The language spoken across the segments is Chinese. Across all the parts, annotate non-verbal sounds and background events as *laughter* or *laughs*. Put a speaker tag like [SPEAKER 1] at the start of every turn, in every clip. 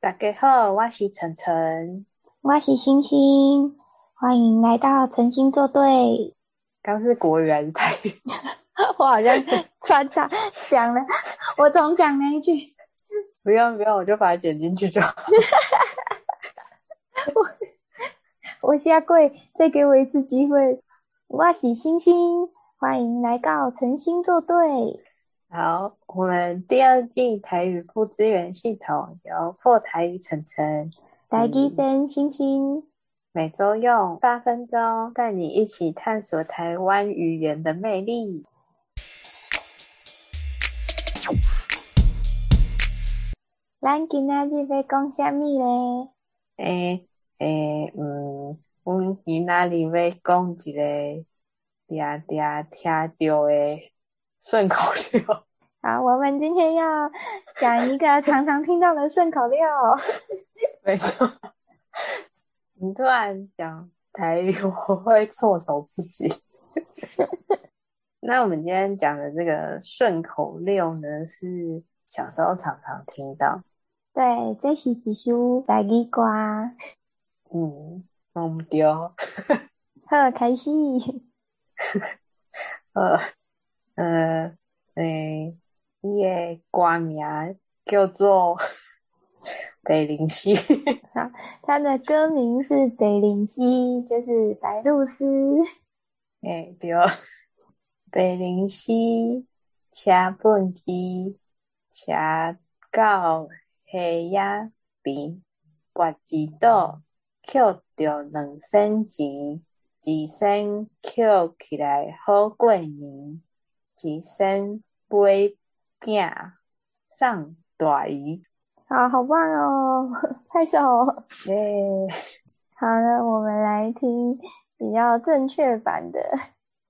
[SPEAKER 1] 大家好，我是晨晨。
[SPEAKER 2] 我是星星，欢迎来到晨星作对。
[SPEAKER 1] 刚是国人台语，
[SPEAKER 2] *laughs* 我好像穿插 *laughs* 讲了，我总讲那一句，
[SPEAKER 1] 不用不用，我就把它剪进去就好。
[SPEAKER 2] 我下跪，再给我一次机会。我是星星，欢迎来到晨星作对。
[SPEAKER 1] 好，我们第二季台语部资源系统由破台语晨晨
[SPEAKER 2] 来给声星星，
[SPEAKER 1] 每周用八分钟带你一起探索台湾语言的魅力。
[SPEAKER 2] 咱今仔日要讲什么嘞？
[SPEAKER 1] 诶诶，嗯，阮今仔日要讲一个定定听到的顺口溜。
[SPEAKER 2] 好，啊我们今天要讲一个常常听到的顺口 *laughs* 溜。
[SPEAKER 1] 没错， *laughs* 你突然讲台语， *laughs* 我会措手不及。那我们今天讲的这个顺口溜呢，是小时候常常听到。
[SPEAKER 2] 对，这是一首台语歌。
[SPEAKER 1] 嗯，弄不丢。
[SPEAKER 2] 好，开始。
[SPEAKER 1] 呃呃，诶、伊的歌名叫做 *laughs* 北灵溪。
[SPEAKER 2] 它的歌名是《北灵溪》，就是白露丝。 *laughs*
[SPEAKER 1] 诶、对，白灵溪车本机车到溪仔边，跋一倒，捡着两仙钱，一仙捡起来好过年，一仙买饼送大姨。
[SPEAKER 2] 啊好，好棒哦！ *laughs* 拍手。
[SPEAKER 1] 耶、
[SPEAKER 2] 好了，我们来听比较正确版的《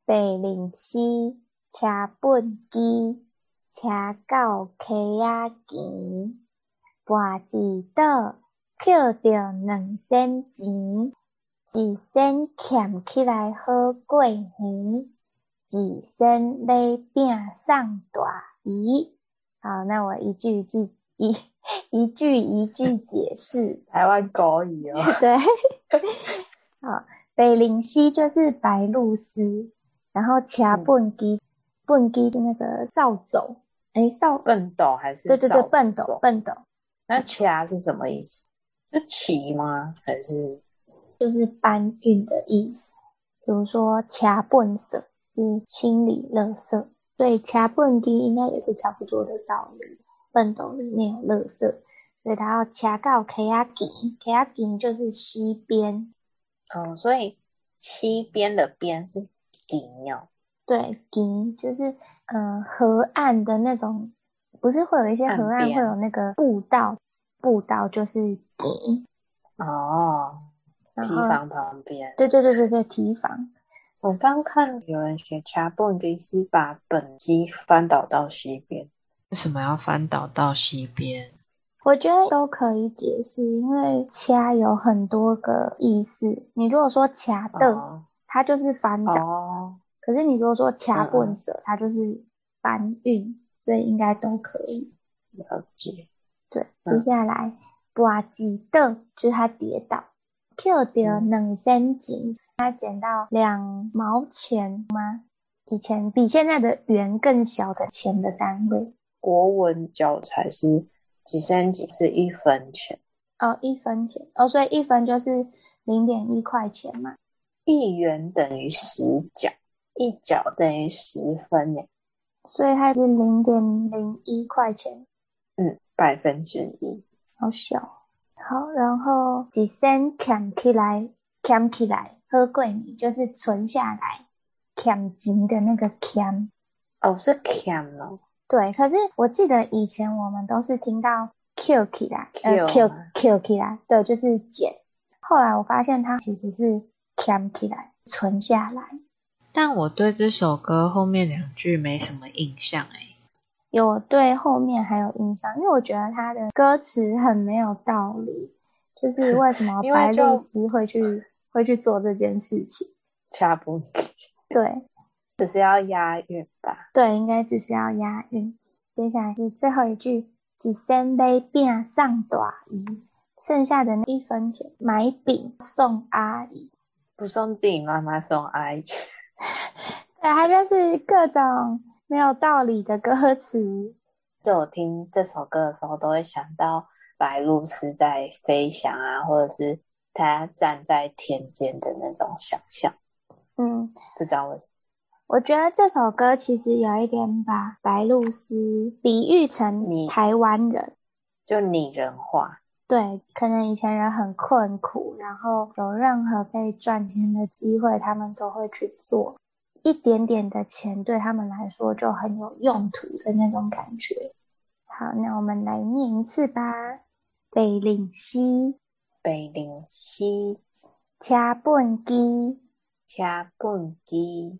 [SPEAKER 2] 北岭西车本机车到溪仔前，跋一倒，捡着两仙钱，一仙俭起来好过年，一仙买饼送大姨。好，那我一句一句一一句一句解释。
[SPEAKER 1] 台湾狗语哦。
[SPEAKER 2] *laughs* 对，好，北灵溪就是白鹭鸶，然后
[SPEAKER 1] 嗯
[SPEAKER 2] 卡蹦基，蹦基的那个扫帚，诶，扫，
[SPEAKER 1] 笨斗还是
[SPEAKER 2] 对对对，
[SPEAKER 1] 扫
[SPEAKER 2] 笨斗
[SPEAKER 1] 帚
[SPEAKER 2] 笨斗
[SPEAKER 1] 那掐是什么意思？是骑吗？还是
[SPEAKER 2] 就是搬运的意思。比如说卡蹦色就是清理垃圾，所以卡蹦基应该也是差不多的道理。笨斗里面有垃圾，所以它要卡到 K 阿吉，K 阿吉就是西边，
[SPEAKER 1] 哦？所以西边的边是顶哦，
[SPEAKER 2] 对，堤就是呃河岸的那种，不是会有一些
[SPEAKER 1] 岸
[SPEAKER 2] 河岸
[SPEAKER 1] 边
[SPEAKER 2] 会有那个步道，步道就是堤，
[SPEAKER 1] 哦，
[SPEAKER 2] 然
[SPEAKER 1] 堤
[SPEAKER 2] 后
[SPEAKER 1] 防旁边。
[SPEAKER 2] 对对对对对堤防，
[SPEAKER 1] 我刚看有人学掐蹦迪是把本机翻倒到西边，为什么要翻倒到西边？
[SPEAKER 2] 我觉得都可以解释，因为掐有很多个意思。你如果说掐的，
[SPEAKER 1] 哦
[SPEAKER 2] 它就是翻倒；
[SPEAKER 1] 哦，
[SPEAKER 2] 可是你如果说掐
[SPEAKER 1] 嗯嗯
[SPEAKER 2] 棍蛇，它就是搬运，所以应该都可以。
[SPEAKER 1] 了解。
[SPEAKER 2] 对，
[SPEAKER 1] 嗯
[SPEAKER 2] 接下来跋几凳就是他跌倒，捡到
[SPEAKER 1] 嗯
[SPEAKER 2] 两仙钱，他捡到两毛钱吗？以前比现在的元更小的钱的单位
[SPEAKER 1] 国文教材是几三几是一分钱，
[SPEAKER 2] 哦，一分钱哦，所以一分就是零点一块钱嘛。
[SPEAKER 1] 一元等于十角，一角等于十分耶。
[SPEAKER 2] 所以它是零点零一块钱，
[SPEAKER 1] 嗯，百分之一。
[SPEAKER 2] 好小。好，然后几仙捡起来，捡起来，喝贵米就是存下来，捡钱的那个捡。
[SPEAKER 1] 哦，是 cam 哦，
[SPEAKER 2] 对，可是我记得以前我们都是听到 Q 起来，呃
[SPEAKER 1] Q
[SPEAKER 2] Q Q 起来，对，就是捡。后来我发现它其实是 cam 起来，存下来。
[SPEAKER 3] 但我对这首歌后面两句没什么印象哎、
[SPEAKER 2] 有对后面还有印象，因为我觉得它的歌词很没有道理，就是为什
[SPEAKER 1] *laughs*
[SPEAKER 2] 么
[SPEAKER 1] 因为
[SPEAKER 2] 白
[SPEAKER 1] 就
[SPEAKER 2] 露丝会去会去做这件事情？
[SPEAKER 1] 掐不低，
[SPEAKER 2] 对
[SPEAKER 1] *laughs* 只是要押韵吧？
[SPEAKER 2] 对，应该只是要押韵。接下来是最后一句，一仙买饼送大姨，剩下的那一分钱买饼送阿姨。
[SPEAKER 1] 不送自己妈妈，送阿姨。
[SPEAKER 2] 对，它就是各种没有道理的歌词。
[SPEAKER 1] 就我听这首歌的时候，都会想到白鹭是在飞翔啊，或者是它站在天间的那种想象。
[SPEAKER 2] 嗯，
[SPEAKER 1] 不知道为什么，
[SPEAKER 2] 我觉得这首歌其实有一点把白露丝比喻
[SPEAKER 1] 你
[SPEAKER 2] 成台湾人。
[SPEAKER 1] 就拟人化。
[SPEAKER 2] 对，可能以前人很困苦，然后有任何可以赚钱的机会，他们都会去做。一点点的钱对他们来说就很有用途的那种感觉。好，那我们来念一次吧。贝岭西
[SPEAKER 1] 北岭西
[SPEAKER 2] 车本机，
[SPEAKER 1] 车本机，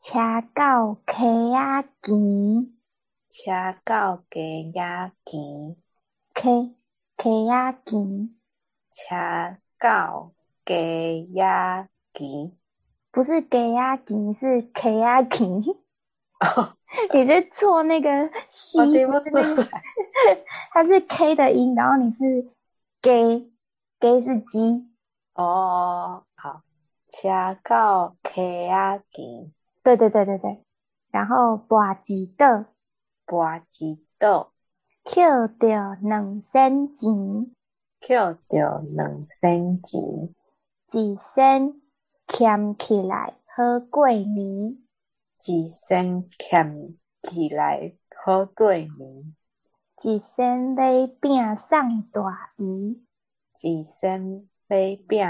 [SPEAKER 2] 车到溪仔墘，
[SPEAKER 1] 车到鸡鸭墘，
[SPEAKER 2] 溪溪仔墘，
[SPEAKER 1] 车到鸡鸭墘。
[SPEAKER 2] 不是鸡仔墘，是溪仔墘。
[SPEAKER 1] 哦，
[SPEAKER 2] 你是错那个西，
[SPEAKER 1] 我哦听不出
[SPEAKER 2] 就是那个
[SPEAKER 1] 来。
[SPEAKER 2] 它是 K 的音，然后你是 gay gay 是鸡，
[SPEAKER 1] 哦，好，车到鸡鸭墘，
[SPEAKER 2] 对对对对对。然后把几的
[SPEAKER 1] 拔几豆，
[SPEAKER 2] 扣掉两仙钱，
[SPEAKER 1] 捡着两仙钱，
[SPEAKER 2] 一仙欠起来好过年，
[SPEAKER 1] 一仙捡起来好过年，
[SPEAKER 2] 一仙买饼送大姨。
[SPEAKER 1] 一仙买饼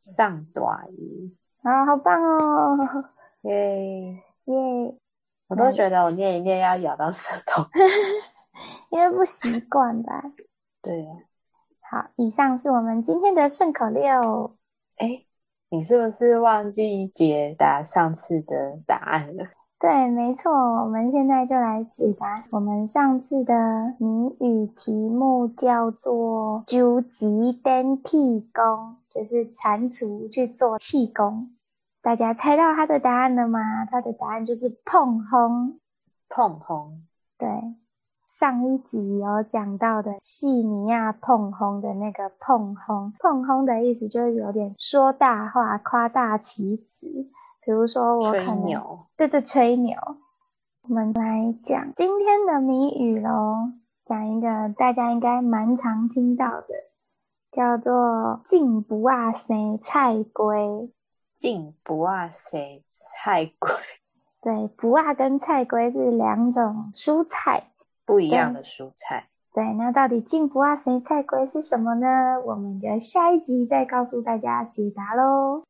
[SPEAKER 1] 送大姨。
[SPEAKER 2] 啊、好棒哦！
[SPEAKER 1] 耶、
[SPEAKER 2] 耶、
[SPEAKER 1] 我都觉得我念一念要咬到舌头。 *laughs*
[SPEAKER 2] 因为不习惯吧。
[SPEAKER 1] 对呀、
[SPEAKER 2] 好，以上是我们今天的顺口溜。
[SPEAKER 1] 哎，你是不是忘记解答上次的答案了？
[SPEAKER 2] 对，没错，我们现在就来解答我们上次的谜语题目，叫做“究极登替工”，就是蟾蜍去做气功。大家猜到它的答案了吗？它的答案就是碰轰。
[SPEAKER 1] 碰轰，
[SPEAKER 2] 对，上一集有讲到的戏尼亚碰轰的那个碰轰，碰轰的意思就是有点说大话、夸大其词。比如说，我可
[SPEAKER 1] 吹
[SPEAKER 2] 能
[SPEAKER 1] 牛，
[SPEAKER 2] 对对，吹牛。我们来讲今天的谜语喽，讲一个大家应该蛮常听到的，叫做“进不啊生菜龟
[SPEAKER 1] 进不啊谁菜龟，”。
[SPEAKER 2] 对，不啊跟菜龟是两种蔬菜。
[SPEAKER 1] 不一样的蔬菜。
[SPEAKER 2] 对，那到底进不啊生菜龟是什么呢？我们就下一集再告诉大家解答喽。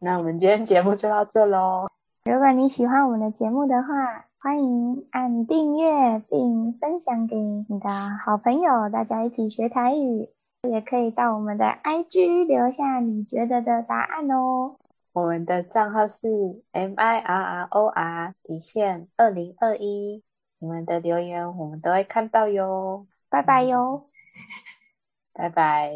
[SPEAKER 1] 那我们今天节目就到这喽，
[SPEAKER 2] 如果你喜欢我们的节目的话，欢迎按订阅并分享给你的好朋友，大家一起学台语。也可以到我们的 IG 留下你觉得的答案哦。
[SPEAKER 1] 我们的账号是 M I R R O R 底线二零二一，你们的留言我们都会看到哟，
[SPEAKER 2] 拜拜哟。
[SPEAKER 1] 拜拜。